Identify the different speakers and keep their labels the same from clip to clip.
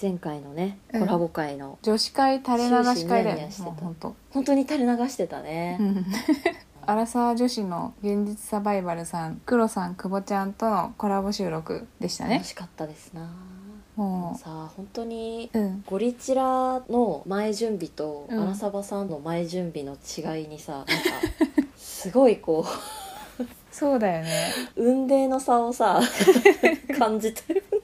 Speaker 1: 前回のね
Speaker 2: う
Speaker 1: コ
Speaker 2: ん
Speaker 1: ラボ会の、
Speaker 2: 女子会垂れ流し会だよ
Speaker 1: 終始ニヤニヤ
Speaker 2: ね
Speaker 1: してた
Speaker 2: もう本当
Speaker 1: 本当に垂れ流してたね、
Speaker 2: アラサー女子の現実サバイバルさん黒さん久保ちゃんとのコラボ収録でしたね
Speaker 1: 楽しかったですな
Speaker 2: も
Speaker 1: さあ本当に
Speaker 2: ううん
Speaker 1: ゴリチラの前準備と
Speaker 2: うん
Speaker 1: 荒サバさんの前準備の違いにさ、 なんかすごいこ
Speaker 2: そうだよね、
Speaker 1: う運命の差を さ感じてるね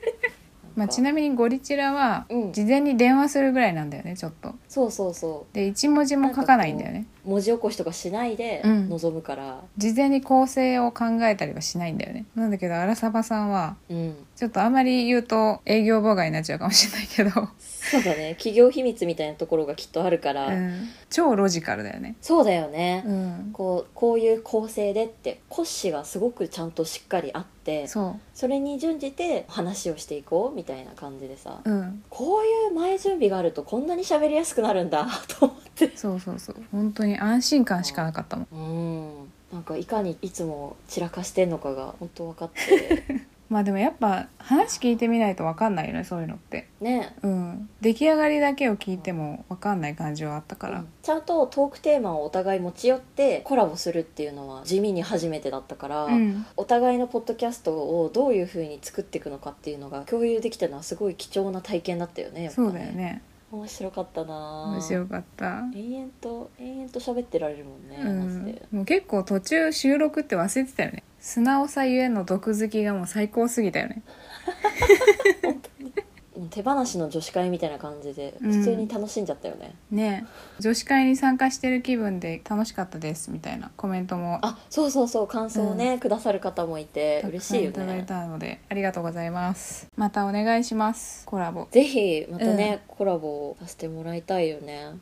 Speaker 2: まあ、ち
Speaker 1: み
Speaker 2: なみにゴリチラは
Speaker 1: うん
Speaker 2: 事前に電話するぐらいなんだよねちょっと
Speaker 1: そうそうそ
Speaker 2: で一文字も書かないんだよね
Speaker 1: う文字起こしとかしないで
Speaker 2: うん
Speaker 1: 臨むから
Speaker 2: 事前に構成を考えたりはしないんだよねなんだけど荒サバさんは
Speaker 1: うん
Speaker 2: ちょっとあまり言うと営業妨害になっちゃうかもしれないけど、
Speaker 1: そうだね企業秘密みたいなところがきっ とあるから、
Speaker 2: うん、超ロジカルだよね、
Speaker 1: そうだよね、
Speaker 2: うん、
Speaker 1: こうこういう構成でって骨子がすごくちゃんとしっかりあってそ
Speaker 2: そ
Speaker 1: れに準じて話をしていこうみたいな感じでさ、
Speaker 2: う、うん、
Speaker 1: こういう前準備があるとこんなに喋りやすくなるんだ と思って
Speaker 2: そうそうそう本当に安心感しかなかったもん
Speaker 1: うんなんかいかにいつも散らかしてんのかが本当分かって
Speaker 2: まあでもやっぱ話聞いてみないと分かんないよねそういうのって、
Speaker 1: ね
Speaker 2: うん、出来上がりだけを聞いても分かんない感じはあったから、
Speaker 1: うんちゃんとトークテーマをお互い持ち寄ってコラボするっていうのは地味に初めてだったから、
Speaker 2: うん
Speaker 1: お互いのポッドキャストをどういう風に作っていくのかっていうのが共有できたのはすごい貴重な体験だったよねやっぱ
Speaker 2: そうだよね
Speaker 1: 面白かったな
Speaker 2: 面白かった
Speaker 1: 延々と延々と喋ってられるもんね、
Speaker 2: う
Speaker 1: マジ
Speaker 2: ん
Speaker 1: で、
Speaker 2: もう結構途中収録って忘れてたよね素直さゆえの毒好きがもう最高すぎたよね
Speaker 1: もう手放しの女子会みたいな感じで
Speaker 2: うん
Speaker 1: 普通に楽しんじゃったよね、
Speaker 2: ねえ女子会に参加してる気分で楽しかったですみたいなコメントも
Speaker 1: あそうそうそう感想をね、くださる方もいて
Speaker 2: たく
Speaker 1: 嬉
Speaker 2: さ
Speaker 1: し
Speaker 2: ん
Speaker 1: いよ
Speaker 2: いただい
Speaker 1: ね
Speaker 2: たのでありがとうございますまたお願いしますコラボ
Speaker 1: ぜひまたね、コラボをさせてもらいたいよね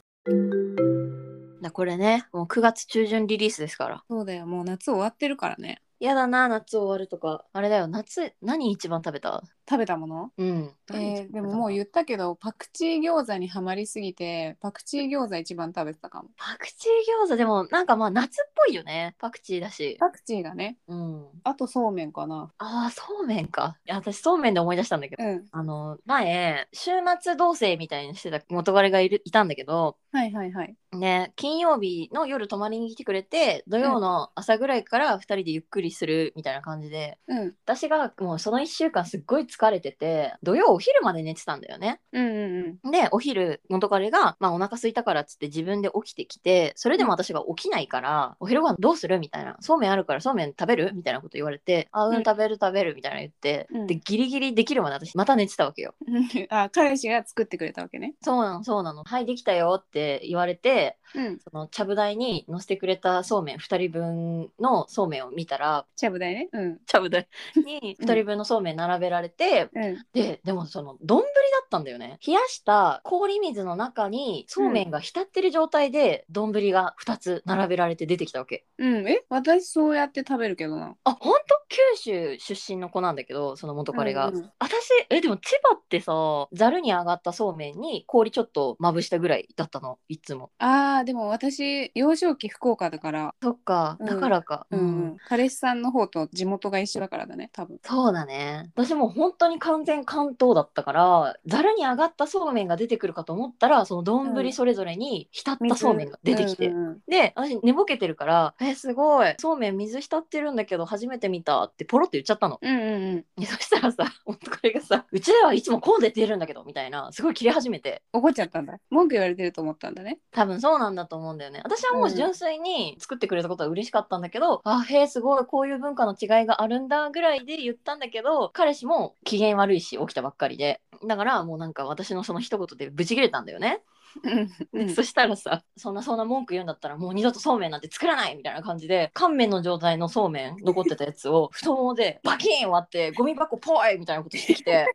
Speaker 1: だこれねもう9月中旬リリースですから
Speaker 2: そうだよもう夏終わってるからね
Speaker 1: やだな夏終わるとかあれだよ夏何一番食べた
Speaker 2: 食べたもの
Speaker 1: うん
Speaker 2: えーでももう言ったけどパクチー餃子にはまりすぎてパクチー餃子一番食べてたかも
Speaker 1: パクチー餃子でもなんかまあ夏っぽいよねパクチーだし
Speaker 2: パクチーがね
Speaker 1: うん
Speaker 2: あとそうめんかな
Speaker 1: ああそうめんかいや私そうめんで思い出したんだけど
Speaker 2: うん
Speaker 1: あの前週末同棲みたいにしてた元彼がいるいたんだけど
Speaker 2: はいはいはい
Speaker 1: ね、金曜日の夜泊まりに来てくれて土曜の朝ぐらいから2人でゆっくりするみたいな感じで
Speaker 2: うん
Speaker 1: 私がもうその1週間すっごい疲れてて土曜お昼まで寝てたんだよね
Speaker 2: うんうんうん
Speaker 1: でお昼元彼が、まあ、お腹空いたからっつって自分で起きてきてそれでも私が起きないから「お昼ご飯どうする?」みたいな「そうめんあるからそうめん食べる?」みたいなこと言われて「あう
Speaker 2: うんん
Speaker 1: 食べる食べる」みたいなの言って、
Speaker 2: うん
Speaker 1: でギリギリできるまで私また寝てたわけよ。
Speaker 2: あ彼氏が作ってくれたわけね
Speaker 1: そうなのそうなのはいできたよって言われて
Speaker 2: うん
Speaker 1: そのちゃぶ台に乗せてくれたそうめん2人分のそうめんを見たら
Speaker 2: ちゃぶ台ねうん
Speaker 1: ちゃぶ台に
Speaker 2: うん
Speaker 1: 2人分のそうめん並べられて、
Speaker 2: うん
Speaker 1: ででもその丼だったんだよね冷やした氷水の中にそうめんが浸ってる状態で丼が2つ並べられて出てきたわけ。
Speaker 2: うん、え私そうやって食べるけどな。
Speaker 1: あ本当九州出身の子なんだけどその元彼が、
Speaker 2: うんうん
Speaker 1: 私えでも千葉ってさざるに上がったそうめんに氷ちょっとまぶしたぐらいだったのいつも
Speaker 2: あーでも私幼少期福岡だから、
Speaker 1: そっか、
Speaker 2: うん
Speaker 1: だからか。
Speaker 2: うんうん、彼氏さんの方と地元が一緒だからだね多分。
Speaker 1: そうだね。私もう本当に完全関東だったから、ざるに上がったそうめんが出てくるかと思ったら、その
Speaker 2: う
Speaker 1: 丼
Speaker 2: ん
Speaker 1: それぞれに浸ったそうめんが出てきて。
Speaker 2: うんうん
Speaker 1: で、私寝ぼけてるから、え、すごい、そうめん水浸ってるんだけど、初めて見たってポロって言っちゃったの。
Speaker 2: うんうんうん、
Speaker 1: で そしたらさ、夫彼がさ、うちではいつもこうで出るんだけど、みたいな、すごい切れ始めて。
Speaker 2: 怒っちゃったんだ文句言われてると思ったんだね
Speaker 1: 多分そうなんだと思うんだよね。私はもう純粋に作ってくれたことは嬉しかったんだけど、あ、へえ、すごい、こういう文化の違いがあるんだぐらいで言ったんだけど、彼氏も機嫌悪いし、起きたばっかりで。だからもうなんか私のその一言でブチ切れたんだよね。
Speaker 2: うん
Speaker 1: で
Speaker 2: うん
Speaker 1: そしたらさ、そんなそんな文句言うんだったらもう二度とそうめんなんて作らないみたいな感じで、乾麺の状態のそうめん残ってたやつ を太ももでバキーン割って、ゴミ箱ポイみたいなこと してきて、え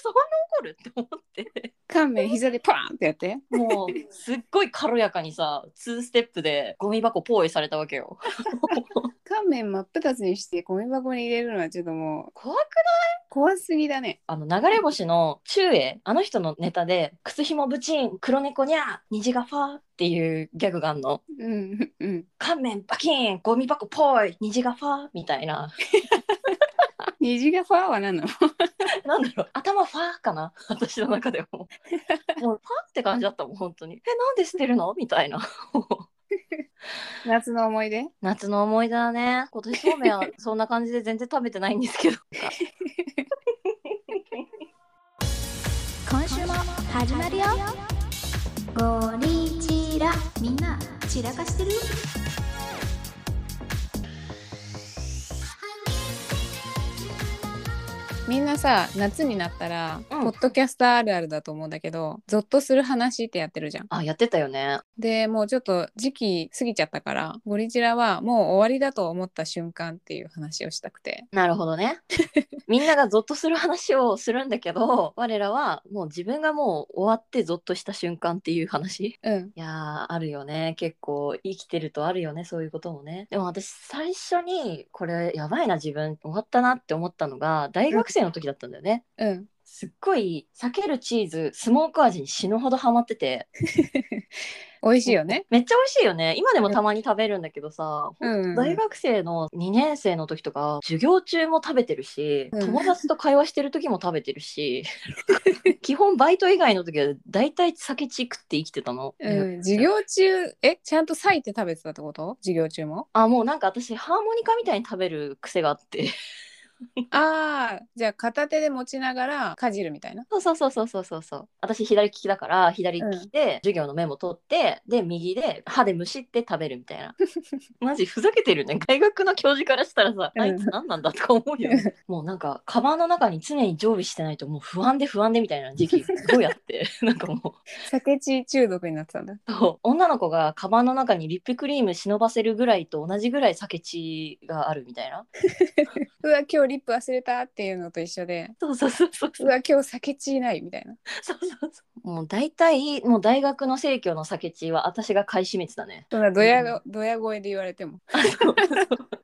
Speaker 1: そんな怒るって思って。
Speaker 2: 乾麺膝でパーンってやって
Speaker 1: もうすっごい軽やかにさ2ステップでゴミ箱ポーイされたわけよ
Speaker 2: 乾麺真っ二つにしてゴミ箱に入れるのはちょっともう
Speaker 1: 怖くない
Speaker 2: 怖すぎだね
Speaker 1: あの流れ星の中英あの人のネタで「靴ひもブチン黒猫にゃ虹がファー」っていうギャグがあんの
Speaker 2: うんうん
Speaker 1: 「乾麺バキンゴミ箱ポーイ虹がファー」みたいな
Speaker 2: 虹がファーは何なの
Speaker 1: なんだろう頭ファーかな 私の中で ももうファーって感じだったもん本当にえなんで捨てるのみたいな
Speaker 2: 夏の思い出
Speaker 1: 夏の思い出だね今年そうめん はそんな感じで全然食べてないんですけ ど
Speaker 3: 今週も始まるよゴリチラみんな散らかしてる
Speaker 2: みんなさ夏になったら、
Speaker 1: うん
Speaker 2: ポッドキャスターあるあるだと思うんだけどゾッとする話ってやってるじゃん。
Speaker 1: あやってたよね
Speaker 2: でもうちょっと時期過ぎちゃったからゴリジラはもう終わりだと思った瞬間っていう話をしたくて
Speaker 1: なるほどね みんながゾッとする話をするんだけど我らはもう自分がもう終わってゾッとした瞬間っていう話
Speaker 2: うん
Speaker 1: いやーあるよね結構生きてるとあるよねそういうこともねでも私最初にこれやばいな自分終わったなって思ったのが大学生の時だったんだよね、
Speaker 2: うん
Speaker 1: すっごい避けるチーズスモーク味に死ぬほどハマってて
Speaker 2: 美味しいよね。
Speaker 1: めっちゃ美味しいよね今でもたまに食べるんだけどさ、ほん
Speaker 2: う
Speaker 1: と
Speaker 2: んうん
Speaker 1: 大学生の2年生の時とか授業中も食べてるし、
Speaker 2: うん
Speaker 1: 友達と会話してる時も食べてるし 基本バイト以外の時は大体酒チ食って生きてたの。
Speaker 2: うん、授業中えちゃんと割いて食べてたってこと授業中も
Speaker 1: あもうなんか私ハーモニカみたいに食べる癖があって
Speaker 2: ああじゃあ片手で持ちながらかじるみたいな
Speaker 1: そうそうそうそうそうそうそう私左利きだから左利きで授業のメモ取って、で右で歯でむしって食べるみたい なマジふざけてるね大学の教授からしたらさ
Speaker 2: うん
Speaker 1: あいつ何なんだとか思うよ ねもうなんかカバンの中に常に常備してないともう不安で不安でみたいな時期すごいあって なんかもう
Speaker 2: 酒血中毒になってたんだ
Speaker 1: そう女の子がカバンの中にリップクリーム忍ばせるぐらいと同じぐらい酒血があるみたいな
Speaker 2: うわ今日リップ忘れたっていうのと一緒で
Speaker 1: そうそうそうそう
Speaker 2: うわ今日酒血ないみたいな
Speaker 1: そうそうそう。もう大体、もう大学の生協の酒地は私が買い占めてたね。
Speaker 2: そんなドヤ,、ドヤ声で言われても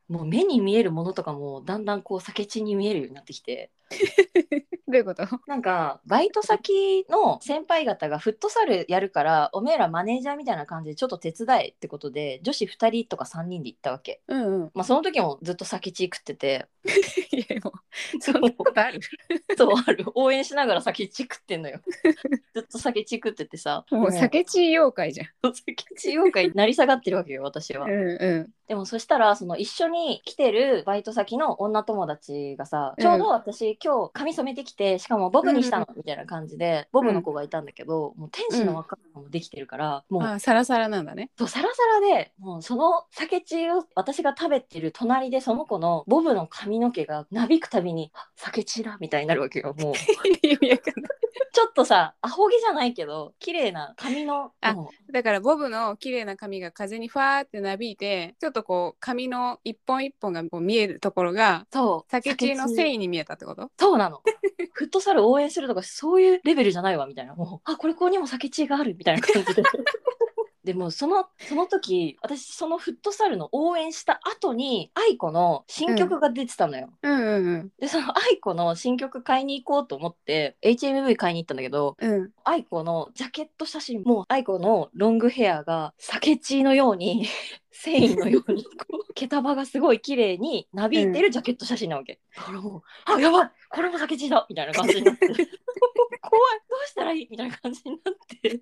Speaker 1: もう目に見えるものとかもだんだんこう酒地に見えるようになってきて。
Speaker 2: どういうこと
Speaker 1: なんか、バイト先の先輩方がフットサルやるから、おめえらマネージャーみたいな感じでちょっと手伝えってことで、女子2人とか3人で行ったわけ。
Speaker 2: うんうん
Speaker 1: まあその時もずっと酒地食ってて、
Speaker 2: いやもうそんなことある
Speaker 1: そうある。応援しながら酒地食ってんのよ。 ずっと酒地食っててさ、
Speaker 2: もう 酒血妖怪じゃん
Speaker 1: もう酒地妖怪になり下がってるわけよ、私は
Speaker 2: うん。う
Speaker 1: でもそしたらその一緒に来てるバイト先の女友達がさ、
Speaker 2: うん
Speaker 1: ちょうど私今日髪染めてきてしかもボブにしたのみたいな感じで、ボブの子がいたんだけど、もう天使の若さもできてるから、
Speaker 2: ん
Speaker 1: もう
Speaker 2: あサラサラなん だね
Speaker 1: そうサラサラでもうその酒血を私が食べてる隣でその子のボブの髪の毛がなびくたびにあ「酒血だ」みたいになるわけよも うち
Speaker 2: 意味わかんない
Speaker 1: ょっとさアホ毛じゃないけど綺麗な髪の
Speaker 2: あ
Speaker 1: もう
Speaker 2: だからボブの綺麗な髪が風にファーってなびいてちょっとこう髪の一本一本がこう見えるところが
Speaker 1: そう
Speaker 2: 酒血の繊維に見えたってこと
Speaker 1: そうなの。 フットサル応援するとかそういうレベルじゃないわみたいな。もうあこれここにも酒血があるみたいな感 じで。でもそのその時私そのフットサルの応援した後に愛子の新曲が出てたのよ。
Speaker 2: うんうん
Speaker 1: でその愛子の新曲買いに行こうと思って HMV 買いに行ったんだけど
Speaker 2: うんうん
Speaker 1: 愛子のジャケット写真も愛子のロングヘアが酒血のように 繊維のようにこう毛束がすごい綺麗になびいてるジャケット写真なわけ、だからもうあやばいこれも酒血だみたいな感じになって 怖いどうしたらいいみたいな感じになって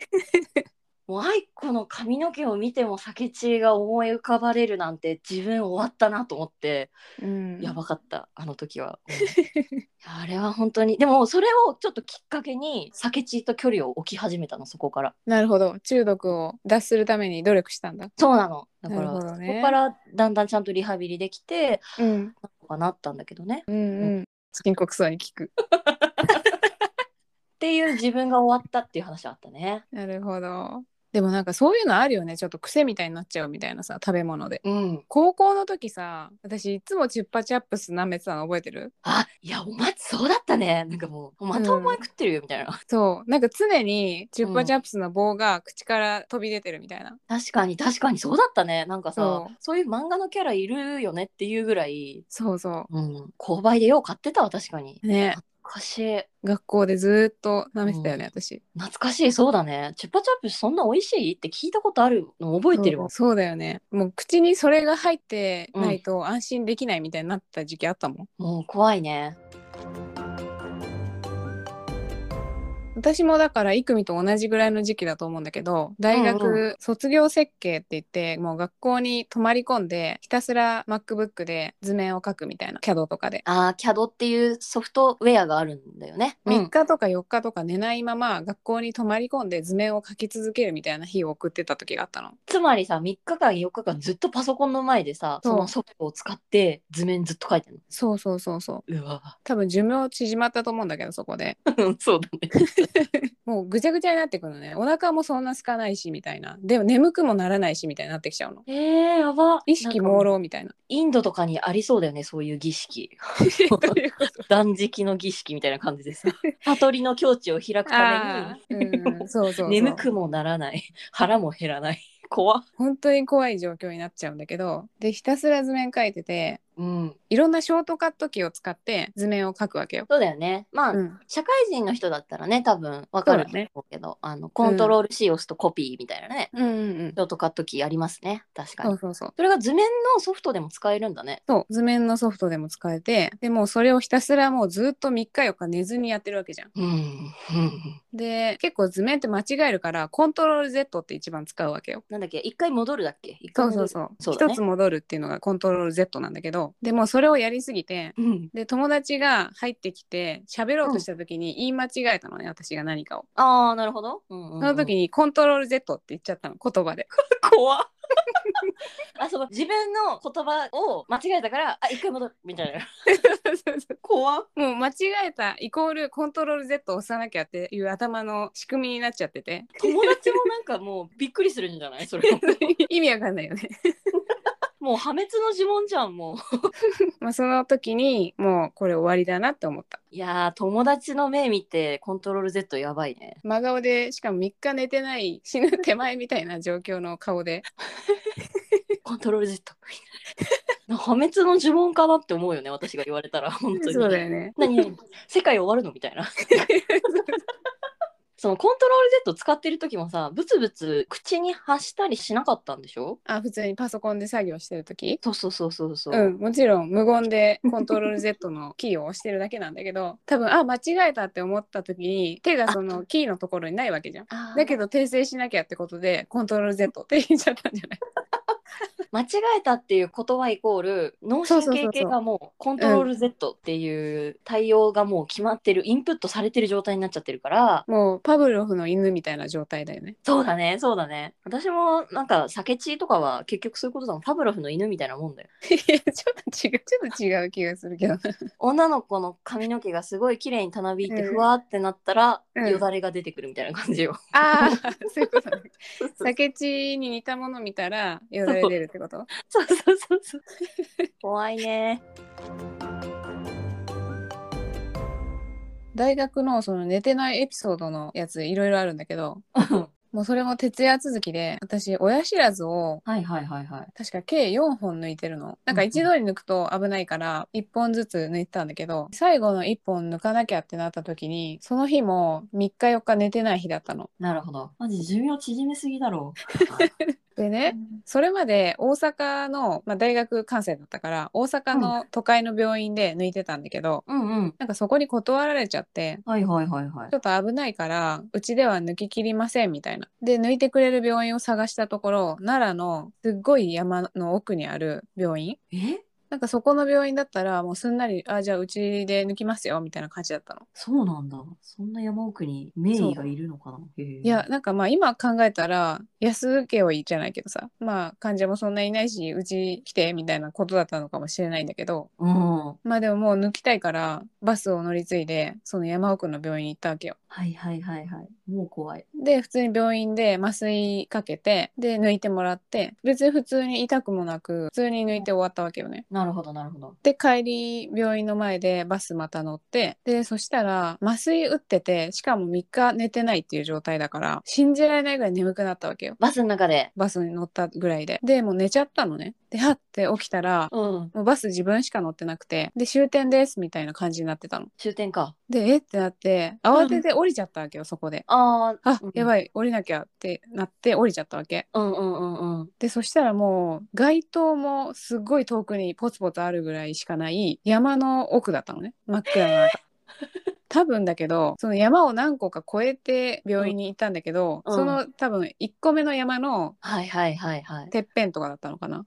Speaker 1: もう愛子の髪の毛を見ても酒血が思い浮かばれるなんて自分終わったなと思って
Speaker 2: うん
Speaker 1: やばかったあの時 は。うんいやあれは本当にでもそれをちょっときっかけに酒地と距離を置き始めたのそこから
Speaker 2: なるほど中毒を脱するために努力したんだ
Speaker 1: そうなのだか
Speaker 2: なる
Speaker 1: ら、
Speaker 2: ほどね
Speaker 1: そこからだんだんちゃんとリハビリできて
Speaker 2: うん
Speaker 1: なんとかなったんだけどねっ
Speaker 2: うんうん深刻そうに聞く
Speaker 1: ていう自分が終わったっていう話はあったね
Speaker 2: なるほどでもなんかそういうのあるよねちょっと癖みたいになっちゃうみたいなさ食べ物で
Speaker 1: うん
Speaker 2: 高校の時さ私いつもチュッパチャップス舐めてたの覚えてる
Speaker 1: あいやお前そうだったねなんかもうまたお前食ってるよみたいな、
Speaker 2: そうなんか常にチュッパチャップスの棒が口から飛び出てるみたいな、
Speaker 1: 確かに確かにそうだったねなんかさ
Speaker 2: そう
Speaker 1: そういう漫画のキャラいるよねっていうぐらい、
Speaker 2: そうそ
Speaker 1: うん、購買でよう買ってたわ確かに
Speaker 2: うね
Speaker 1: おかしい
Speaker 2: 学校でずーっと舐めてたよね、私
Speaker 1: 懐かしいそうだねチュッパチャップスそんな美味しいって聞いたことあるの覚えてる
Speaker 2: そ
Speaker 1: わ
Speaker 2: うそうだよねもう口にそれが入ってないと安心できないみたいになった時期あったもん、
Speaker 1: もう怖いね
Speaker 2: 私もだからいくみと同じぐらいの時期だと思うんだけど大
Speaker 1: うん
Speaker 2: 学卒業設計って言って、もう学校に泊まり込んでひたすら MacBook で図面を描くみたいな CAD とかで。
Speaker 1: あー CAD っていうソフトウェアがあるんだよね。
Speaker 2: 3日とか4日とか寝ないまま学校に泊まり込んで図面を描き続けるみたいな日を送ってた時があったの。
Speaker 1: つまりさ3日間4日間ずっとパソコンの前でさ
Speaker 2: そう
Speaker 1: そのソフトを使って図面ずっと描いてる
Speaker 2: そうそうそうそう。
Speaker 1: の。うわ
Speaker 2: 多分寿命縮まったと思うんだけどそこで。
Speaker 1: そうだね。
Speaker 2: もうぐちゃぐちゃになってくるのね。お腹もそんな空かないしみたいな。でも眠くもならないしみたいになってきちゃうの。
Speaker 1: えー、やば
Speaker 2: 意識
Speaker 1: なん
Speaker 2: 朦
Speaker 1: かもう
Speaker 2: 朧みたいな。
Speaker 1: インドとかにありそうだよねそういう儀 式
Speaker 2: どういうこと
Speaker 1: 断食の儀式みたいな感じ でさ悟りの境地を開くた
Speaker 2: あ
Speaker 1: め
Speaker 2: ー
Speaker 1: に
Speaker 2: うんそうそうそう
Speaker 1: 眠くもならない腹も減らない怖っ
Speaker 2: 本当に怖い状況になっちゃうんだけどでひたすら図面描いてて
Speaker 1: うん
Speaker 2: いろんなショートカットキーを使って図面を描くわけよ。
Speaker 1: そうだよねまあ、
Speaker 2: うん、
Speaker 1: 社会人の人だったらね多分わかると思うけどあのコントロール C を押すとコピーみたいなね、
Speaker 2: うんうんうん
Speaker 1: ショートカットキーありますね確かに
Speaker 2: そうそうそう
Speaker 1: それが図面のソフトでも使えるんだね。
Speaker 2: そう図面のソフトでも使えてでもうそれをひたすらもうずっと3日4日寝ずにやってるわけじゃん。
Speaker 1: うん。うん
Speaker 2: で結構図面って間違えるからコントロール Z って一番使うわけよ。
Speaker 1: なんだっけ、一回戻るだっけ。一
Speaker 2: そ
Speaker 1: 回
Speaker 2: う
Speaker 1: 戻
Speaker 2: そう
Speaker 1: る
Speaker 2: そ
Speaker 1: そう
Speaker 2: う一、
Speaker 1: だね
Speaker 2: つ戻るっていうのがコントロール Z なんだけどでもうそれをやりすぎて
Speaker 1: うん。
Speaker 2: で友達が入ってきて喋ろうとした時に言い間違えたのね、私が何かを。
Speaker 1: ああ、なるほど。うんうんうん
Speaker 2: その時にコントロール Z って言っちゃったの言葉で。
Speaker 1: 怖っ。あ、そう、自分の言葉を間違えたから、あ、一回戻るみたいな。 怖っ。
Speaker 2: もう間違えたイコールコントロール Z を押さなきゃっていう頭の仕組みになっちゃってて
Speaker 1: 友達もなんかもうびっくりするんじゃない、そ れ。
Speaker 2: 意味わかんないよね。
Speaker 1: もう破滅の呪文じゃん、もう。
Speaker 2: まあその時にもうこれ終わりだなって思った。
Speaker 1: いやー、友達の目見て、コントロール Z やばいね。
Speaker 2: 真顔でしかも3日寝てない死ぬ手前みたいな状況の顔で
Speaker 1: コントロール Z。破滅の呪文かなって思うよね、私が言われ たら、本当に。
Speaker 2: そうだよね。
Speaker 1: 何々世界終わるのみた いなそのコントロール Z 使ってる時もさブツブツ口に発したりしなかったんでしょ
Speaker 2: あ普通にパソコンで作業してる時
Speaker 1: そうそうそうそうそう、
Speaker 2: うん、もちろん無言でコントロール Z のキーを押してるだけなんだけど多分あ間違えたって思った時に手がそのキーのところにないわけじゃん。
Speaker 1: あー
Speaker 2: だけど訂正しなきゃってことでコントロール Z って言っちゃったんじゃ ない
Speaker 1: 間違えたっていう言葉イコール脳神経系がもうコントロール Z っていう対応がもう決まってる、インプットされてる状態になっちゃってるから
Speaker 2: もうパブロフの犬みたいな状態だよね。
Speaker 1: そうだねそうだね私もなんか酒血とかは結局そういうことだもんパブロフの犬みたいなもんだよ
Speaker 2: いやちょっと違うちょっと違う気がするけどな。
Speaker 1: 女の子の髪の毛がすごい綺麗にたなびいて
Speaker 2: うん
Speaker 1: ふわーってなったら、
Speaker 2: うん
Speaker 1: よだれが出てくるみたいな感じよ。
Speaker 2: ああ そういうことね。酒地に似たもの見たらよだれ出るってこと
Speaker 1: そうそうそうそう。怖いね。
Speaker 2: 大学のその寝てないエピソードのやついろいろあるんだけど
Speaker 1: は
Speaker 2: もうそれも徹夜続きで私親知らずを
Speaker 1: いはいはいはい。
Speaker 2: 確か計4本抜いてるのな
Speaker 1: う
Speaker 2: んか
Speaker 1: んうん
Speaker 2: 一度に抜くと危ないから1本ずつ抜いてたんだけど最後の1本抜かなきゃってなった時にその日も3日4日寝てない日だったの。
Speaker 1: なるほど。マジ寿命縮めすぎだろ
Speaker 2: で
Speaker 1: う。
Speaker 2: ねそれまで大阪の、まあ、大学関西だったから大阪の都会の病院で抜いてたんだけど、
Speaker 1: うんうん。
Speaker 2: なんかそこに断られちゃって
Speaker 1: はいはいはいはい
Speaker 2: ちょ。っと危ないからうちでは抜ききりませんみたいな。で抜いてくれる病院を探したところ奈良のすっごい山の奥にある病院
Speaker 1: え
Speaker 2: なんかそこの病院だったらもうすんなり「あじゃあうちで抜きますよ」みたいな感じだったの。
Speaker 1: そうなんだ。そんな山奥に名医がいるのかな。へー
Speaker 2: いや、なんかまあ今考えたら安請け負いじゃないけどさまあ患者もそんないないしうち来てみたいなことだったのかもしれないんだけど
Speaker 1: うん。は
Speaker 2: まあでももう抜きたいからバスを乗り継いでその山奥の病院に行ったわけよ。
Speaker 1: いはいはいはい。もう怖い。
Speaker 2: で普通に病院で麻酔かけてで抜いてもらって別に普通に痛くもなく普通に抜いて終わったわけよね。
Speaker 1: なるほどなるほど。
Speaker 2: で帰り病院の前でバスまた乗ってでそしたら麻酔打っててしかも3日寝てないっていう状態だから信じられないぐらい眠くなったわけよ
Speaker 1: バスの中で。
Speaker 2: バスに乗ったぐらいででもう寝ちゃったのねではって起きたら
Speaker 1: うん。
Speaker 2: もうバス自分しか乗ってなくてで終点ですみたいな感じになってたの
Speaker 1: 終点か。
Speaker 2: でえってなって慌てて降りちゃったわけよそこで
Speaker 1: ああ。
Speaker 2: あ
Speaker 1: うん
Speaker 2: やばい降りなきゃってなって降りちゃったわけ
Speaker 1: うんうんうんうん。
Speaker 2: でそしたらもう街灯もすごい 遠くにポツポツあるぐらいしかない山の奥だったのね真っ暗な中。多分だけどその山を何個か越えて病院に行ったんだけど、
Speaker 1: うん
Speaker 2: その多分1個目の山の
Speaker 1: はいはいはいはい。
Speaker 2: てっぺんとかだったのかな、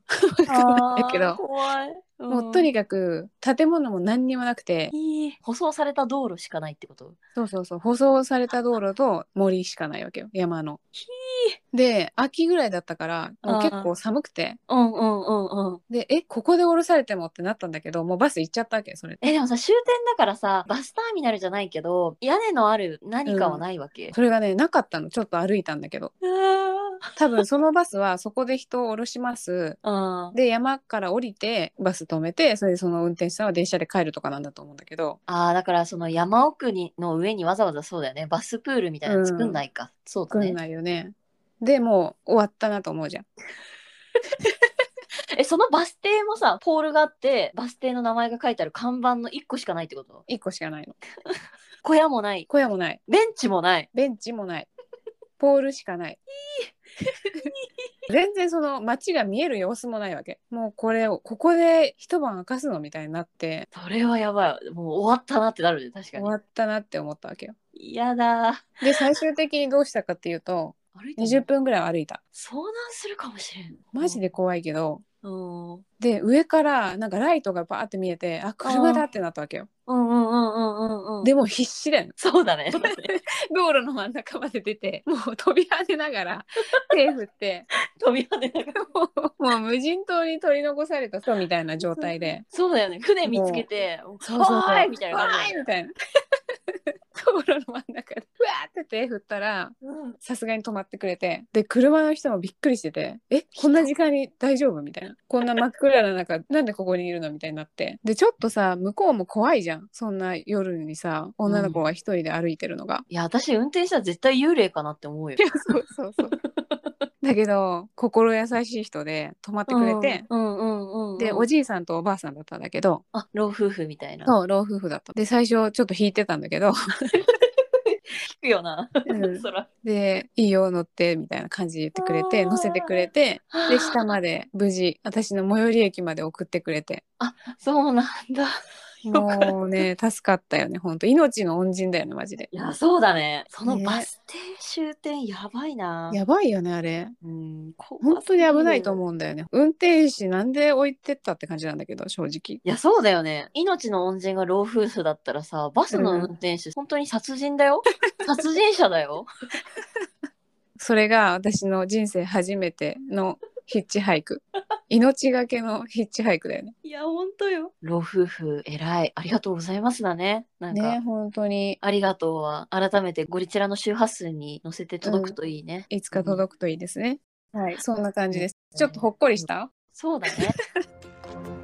Speaker 1: あ
Speaker 2: だけど
Speaker 1: ー 怖い。
Speaker 2: もうとに
Speaker 1: か
Speaker 2: かく建物も何にもなくて
Speaker 1: いい。舗装された道路しかないってこと。
Speaker 2: そうそうそう舗装された道路と森しかないわけよ山の。で秋ぐらいだったからもう結構寒くて
Speaker 1: うんうんうんうん。
Speaker 2: でえここで降ろされてもってなったんだけどもうバス行っちゃったわけそれ
Speaker 1: えでもさ終点だからさバスターミナルじゃないけど屋根のある何かはないわけ。
Speaker 2: それがねなかったのちょっと歩いたんだけど
Speaker 1: うん。
Speaker 2: 多分そのバスはそこで人を降ろします
Speaker 1: あ
Speaker 2: で山から降りてバス止めてそれでその運転手さんは電車で帰るとかなんだと思うんだけど
Speaker 1: あーだからその山奥にの上にわざわざそうだよねバスプールみたいなの作んないか、そうだ
Speaker 2: 来
Speaker 1: ね
Speaker 2: ないよねでもう終わったなと思うじゃん
Speaker 1: えそのバス停もさポールがあってバス停の名前が書いてある看板の1個しかないってこと
Speaker 2: 1個しかないの
Speaker 1: 小屋もない
Speaker 2: 小屋もない
Speaker 1: ベンチもない
Speaker 2: ベンチもないポールしかない全然その街が見える様子もないわけもうこれをここで一晩明かすのみたいになって
Speaker 1: それはやばいもう終わったなってなるね確か
Speaker 2: 終
Speaker 1: に
Speaker 2: わったなって思ったわけよ
Speaker 1: 嫌だ
Speaker 2: で最終的にどうしたかっていうと
Speaker 1: 歩いても
Speaker 2: 20分ぐらい歩いた
Speaker 1: 遭難するかもしれん
Speaker 2: マジで怖いけど
Speaker 1: うんうん
Speaker 2: で上からなんかライトがバーって見えてあ車だってなったわけよ
Speaker 1: うんうんうんうんうん
Speaker 2: でも必死だよ
Speaker 1: そうだね
Speaker 2: 道路の真ん中まで出てもう飛び跳ねながら手振って
Speaker 1: 飛び跳ねながら
Speaker 2: もうもう無人島に取り残された人みたいな状態で
Speaker 1: そうだよね船見つけて「お
Speaker 2: そうそうそう
Speaker 1: ーい!」みたいな
Speaker 2: わ
Speaker 1: 感じだ
Speaker 2: ーい
Speaker 1: よね
Speaker 2: みたいな道路の真ん中でうわーって手振ったら
Speaker 1: うん
Speaker 2: さすがに止まってくれてで車の人もびっくりしてて「えこんな時間に大丈夫?」みたいなこんな真っ暗な中なんでここにいるのみたいになってでちょっとさ向こうも怖いじゃんそんな夜にさ女の子が一人で歩いてるのが。
Speaker 1: いや私運転したら絶対幽霊かなって思うよ
Speaker 2: いやそうそうそう だけど心優しい人で泊まってくれて、
Speaker 1: うんうんうんうん
Speaker 2: でおじいさんとおばあさんだったんだけど、
Speaker 1: あ老夫婦みたいな
Speaker 2: そう老夫婦だったで最初ちょっと引いてたんだけど
Speaker 1: 聞くよな、
Speaker 2: うん
Speaker 1: そら
Speaker 2: で「いいよ乗って」みたいな感じで言ってくれて
Speaker 1: あー
Speaker 2: 乗せてくれてで下まで無事私の最寄り駅まで送ってくれて
Speaker 1: そうなんだよかった
Speaker 2: もうね助かったよねほんと命の恩人だよねマジで
Speaker 1: いやそうだねその
Speaker 2: ね
Speaker 1: バス停終点やばいな、
Speaker 2: やばいよねあれ
Speaker 1: うん怖すぎる
Speaker 2: 本当に危ないと思うんだよね運転手なんで置いてったって感じなんだけど正直
Speaker 1: いやそうだよね命の恩人が老夫婦だったらさバスの運転手、本当に殺人 だよ殺人者だよ
Speaker 2: それが私の人生初めてのヒッチハイ ク命がけのヒッチハイクだよね
Speaker 1: いや本当よ老夫婦偉いありがとうございますだねなんか、
Speaker 2: ね本当に
Speaker 1: ありがとうは改めてゴリチラの周波数に乗せて届くといいね、
Speaker 2: いつか届くといいですね、はいそんな感じです
Speaker 1: うん
Speaker 2: ちょっとほっこりした
Speaker 1: そうだ ね。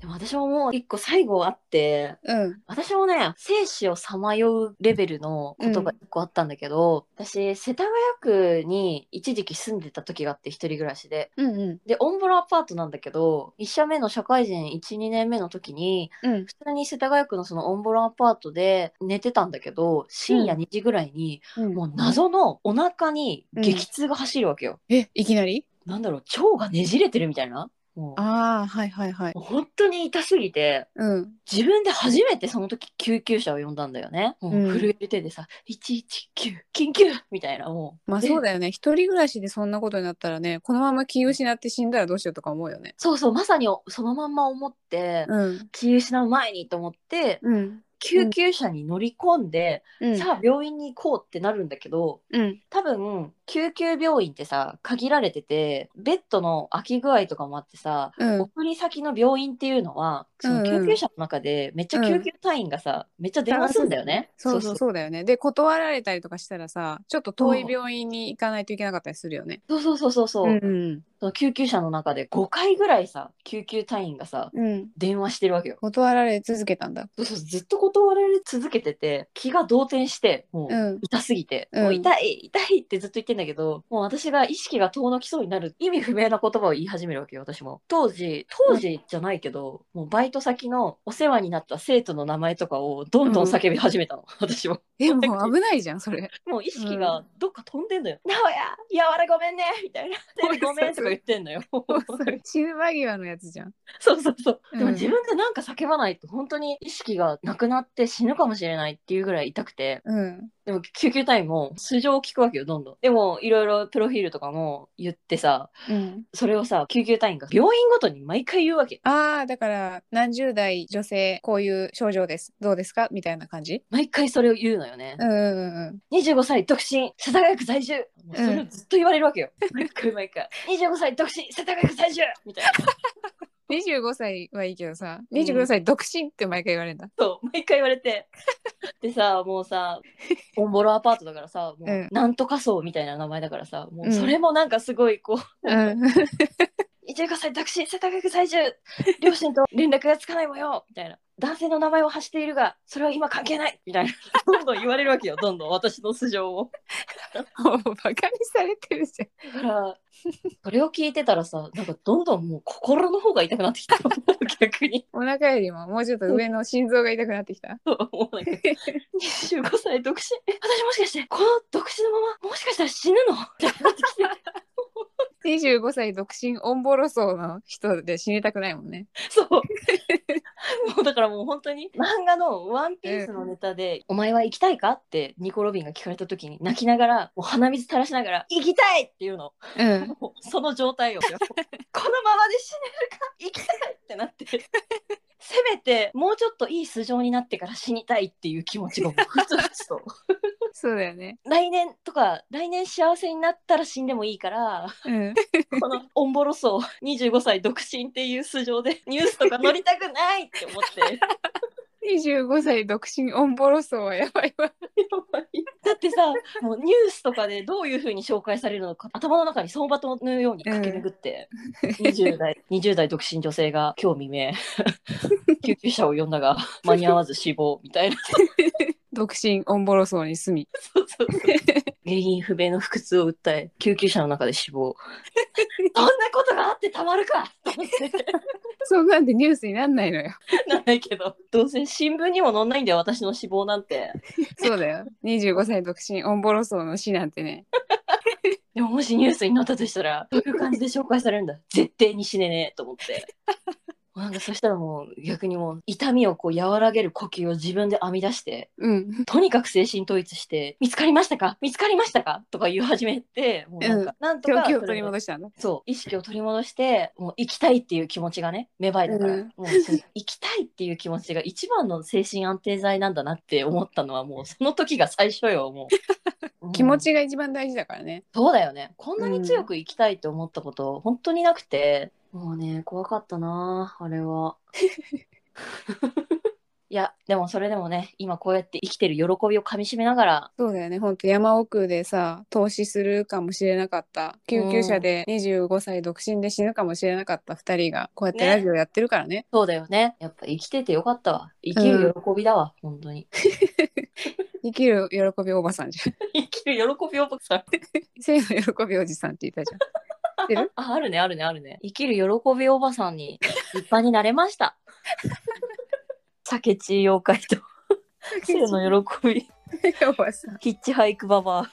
Speaker 1: でも私ももう一個最後あって
Speaker 2: うん
Speaker 1: 私もね生死をさまようレベルのことが一個あったんだけど、私世田谷区に一時期住んでた時があって一人暮らしで
Speaker 2: うんう
Speaker 1: でオンボロアパートなんだけど1社目の社会人12年目の時に
Speaker 2: んうん
Speaker 1: 普通に世田谷区のそのオンボロアパートで寝てたんだけど深夜2時ぐらいに、
Speaker 2: うん
Speaker 1: もう謎のお腹に激痛が走るわけよ。
Speaker 2: えいきなり
Speaker 1: なんだろう腸がねじれてるみたいなもう
Speaker 2: ああはいはいはい
Speaker 1: もう本当に痛すぎて
Speaker 2: うん
Speaker 1: 自分で初めてその時救急車を呼んだんだよねもう
Speaker 2: うん
Speaker 1: 震える手でさ「119緊急!」みたいなもう
Speaker 2: まあそう
Speaker 1: だ
Speaker 2: だよね一人暮らしでそんなことになったらねこのまま気を失って死んだらどうしようとか思うよね
Speaker 1: そうそうまさにそのまんま思って、
Speaker 2: うん
Speaker 1: 気を失う前にと思って
Speaker 2: うん
Speaker 1: 救急車に乗り込んで、
Speaker 2: うん
Speaker 1: さあ病院に行こうってなるんだけど
Speaker 2: うん
Speaker 1: 多分救急病院ってさ限られててベッドの空き具合とかもあってさ
Speaker 2: うん
Speaker 1: 送り先の病院っていうのはその
Speaker 2: うんうん
Speaker 1: 救急車の中でめっちゃ救急隊員がさ、めっちゃ電話するんだよね。
Speaker 2: そうそうそうだよねで断られたりとかしたらさちょっと遠い病院に行かないといけなかったりするよね
Speaker 1: そうそうそうそうそう、
Speaker 2: うん
Speaker 1: その救急車の中で5回ぐらいさ救急隊員がさ
Speaker 2: うん
Speaker 1: 電話してるわけよ。
Speaker 2: 断られ続けたんだ
Speaker 1: そうそうずっと断られ続けてて気が動転してもう。
Speaker 2: うん
Speaker 1: 痛すぎて、
Speaker 2: うん
Speaker 1: もう痛い痛いってずっと言ってんだけどもう私が意識が遠のきそうになる意味不明な言葉を言い始めるわけよ私も当時当時じゃないけど、もうバイト先のお世話になった生徒の名前とかをどんどん叫び始めたの、私も
Speaker 2: えも う危ないじゃんそれ
Speaker 1: もう意識がどっか飛んでんのよ。なおや、やわらごめんねみたいな。
Speaker 2: おい
Speaker 1: ごめん
Speaker 2: そ
Speaker 1: と
Speaker 2: れ
Speaker 1: か言ってんのよ。
Speaker 2: もうそれ死ぬ間際のやつじゃん
Speaker 1: そうそうそう。
Speaker 2: うん
Speaker 1: でも自分でなんか叫ばないと本当に意識がなくなって死ぬかもしれないっていうぐらい痛くて、
Speaker 2: うん
Speaker 1: でも救急隊員も素性を聞くわけよ、どんどん。でもいろいろプロフィールとかも言ってさ、
Speaker 2: うん
Speaker 1: それをさ、救急隊員が病院ごとに毎回言うわけ。
Speaker 2: ああだから何十代女性こういう症状ですどうですかみたいな感じ
Speaker 1: 毎回それを言うのよね
Speaker 2: う。んうん
Speaker 1: 25歳独身、世田谷区在住。もうそれをずっと言われるわ けよ。毎回毎回。25歳独身、世田谷区在住みたいな。
Speaker 2: うん25歳はいいけどさ
Speaker 1: うん
Speaker 2: 25歳独身って毎回言われるんだ、
Speaker 1: そう毎回言われてでさもうさオンボロアパートだからさもう、
Speaker 2: うん
Speaker 1: なんとか層みたいな名前だからさも
Speaker 2: うん
Speaker 1: うそれもなんかすごいこう
Speaker 2: うん、
Speaker 1: 「一岡歳タクシー世田谷区在住両親と連絡がつかない模様」みたいな「男性の名前を発しているがそれは今関係ない」みたいなどんどん言われるわけよどんどん私の素性を。
Speaker 2: もうバカにされてるじゃん
Speaker 1: だからそれを聞いてたらさなんかどんどんもう心の方が痛くなってきたもう逆に
Speaker 2: お腹よりももうちょっと上の心臓が痛くなってきた。
Speaker 1: もうなんか25歳 独身え私もしかしてこの独身のままもしかしたら死ぬのってなって きて
Speaker 2: 25歳独身オンボロ層の人で死にたくないもんね。
Speaker 1: そうもうだからもう本当に漫画の「ワンピースのネタで「お前は行きたいか?」ってニコ・ロビンが聞かれた時に泣きながらもう鼻水垂らしながら「行きたい!」って言うの
Speaker 2: うん。
Speaker 1: もうその状態 よこのままで死ねるか行きたいってなってせめてもうちょっといい素性になってから死にたいっていう気持ちがもうふつふつ と
Speaker 2: そうだよね。
Speaker 1: 来年とか来年幸せになったら死んでもいいから
Speaker 2: うん。
Speaker 1: このオンボロ層25歳独身っていう素性 でニュースとか載りたくないって思って
Speaker 2: 25歳独身オンボロ層はやばいわ。
Speaker 1: だってさもうニュースとかでどういうふうに紹介されるのか頭の中に相場とのように駆け巡って、20代20代 独身女性が今日未明 救急車を呼んだが間に合わず死亡みた いな
Speaker 2: 独身オンボロ層に住み。
Speaker 1: そうそうそう原因不明の腹痛を訴え救急車の中で死 亡そんなことがあってたまるかと思って。
Speaker 2: そんなんでニュースになんないのよ。
Speaker 1: なんだけどどうせ新聞にも載んないんだよ私の死亡なんて
Speaker 2: そうだよ。25歳独身オンボロ層の死なんてね。
Speaker 1: でももしニュースになったとしたらどういう感じで紹介されるんだ 絶対に死ねねえと思って もうなんかそしたらもう逆にもう痛みをこう和らげる呼吸を自分で編み出して
Speaker 2: うん。
Speaker 1: とにかく精神統一して見つかりましたか見つかりましたかとか言い始めてもうなんか、なんと
Speaker 2: 狂
Speaker 1: か
Speaker 2: 気を取り戻したんだ。
Speaker 1: そう意識を取り戻してもう行きたいっていう気持ちがね芽生えたから、
Speaker 2: うん
Speaker 1: もうその行きたいっていう気持ちが一番の精神安定剤なんだなって思ったのはもうその時が最初よも う、うん
Speaker 2: 気持ちが一番大事だからね。
Speaker 1: そうだよねこんなに強く行きたいって思ったこと、本当になくてもうね怖かったなあれ はいやでもそれでもね今こうやって生きてる喜びをかみしめながら
Speaker 2: そうだよね。ほんと山奥でさ、投資するかもしれなかった。救急車で25歳独身で死ぬかもしれなかった2人が、こうやって
Speaker 1: ね
Speaker 2: ラジオやってるからね。
Speaker 1: そうだよねやっぱ生きててよかったわ生きる喜びだわ、本当に
Speaker 2: 生きる喜びおばさんじゃん。
Speaker 1: 生きる喜びを僕さ
Speaker 2: 生の喜びおじさんって言ったじゃん。知ってる
Speaker 1: ああるねあるねあるね生きる喜びおばさんに立派になれました 酒地妖怪と 生の喜 び
Speaker 2: おばさん。
Speaker 1: ヒッチハイクババ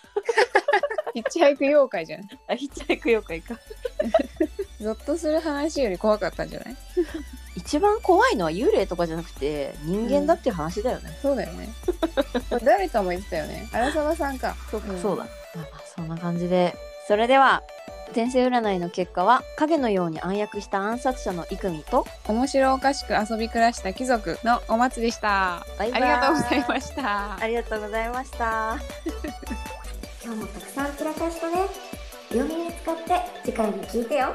Speaker 2: ヒッチハイク妖怪じゃん。
Speaker 1: アあヒッチハイク妖怪か
Speaker 2: ゾッとする話より怖かったんじゃない
Speaker 1: 一番怖いのは幽霊とかじゃなくて人間だっていう話だよね、
Speaker 2: そうだよ ね。これ誰かも言ってたよね。荒沢さんか。
Speaker 1: そうか
Speaker 2: ん
Speaker 1: そうだ、まあそんな感じでそれでは転生占いの結果は影のように暗躍した暗殺者のイクミと
Speaker 2: 面白おかしく遊び暮らした貴族のお松でした。
Speaker 1: バイ
Speaker 2: あ
Speaker 1: バ
Speaker 2: り
Speaker 1: イ
Speaker 2: がとうございました。
Speaker 1: ありがとうございました
Speaker 3: 今日もたくさん散らかしたね両耳使って次回も聞いてよ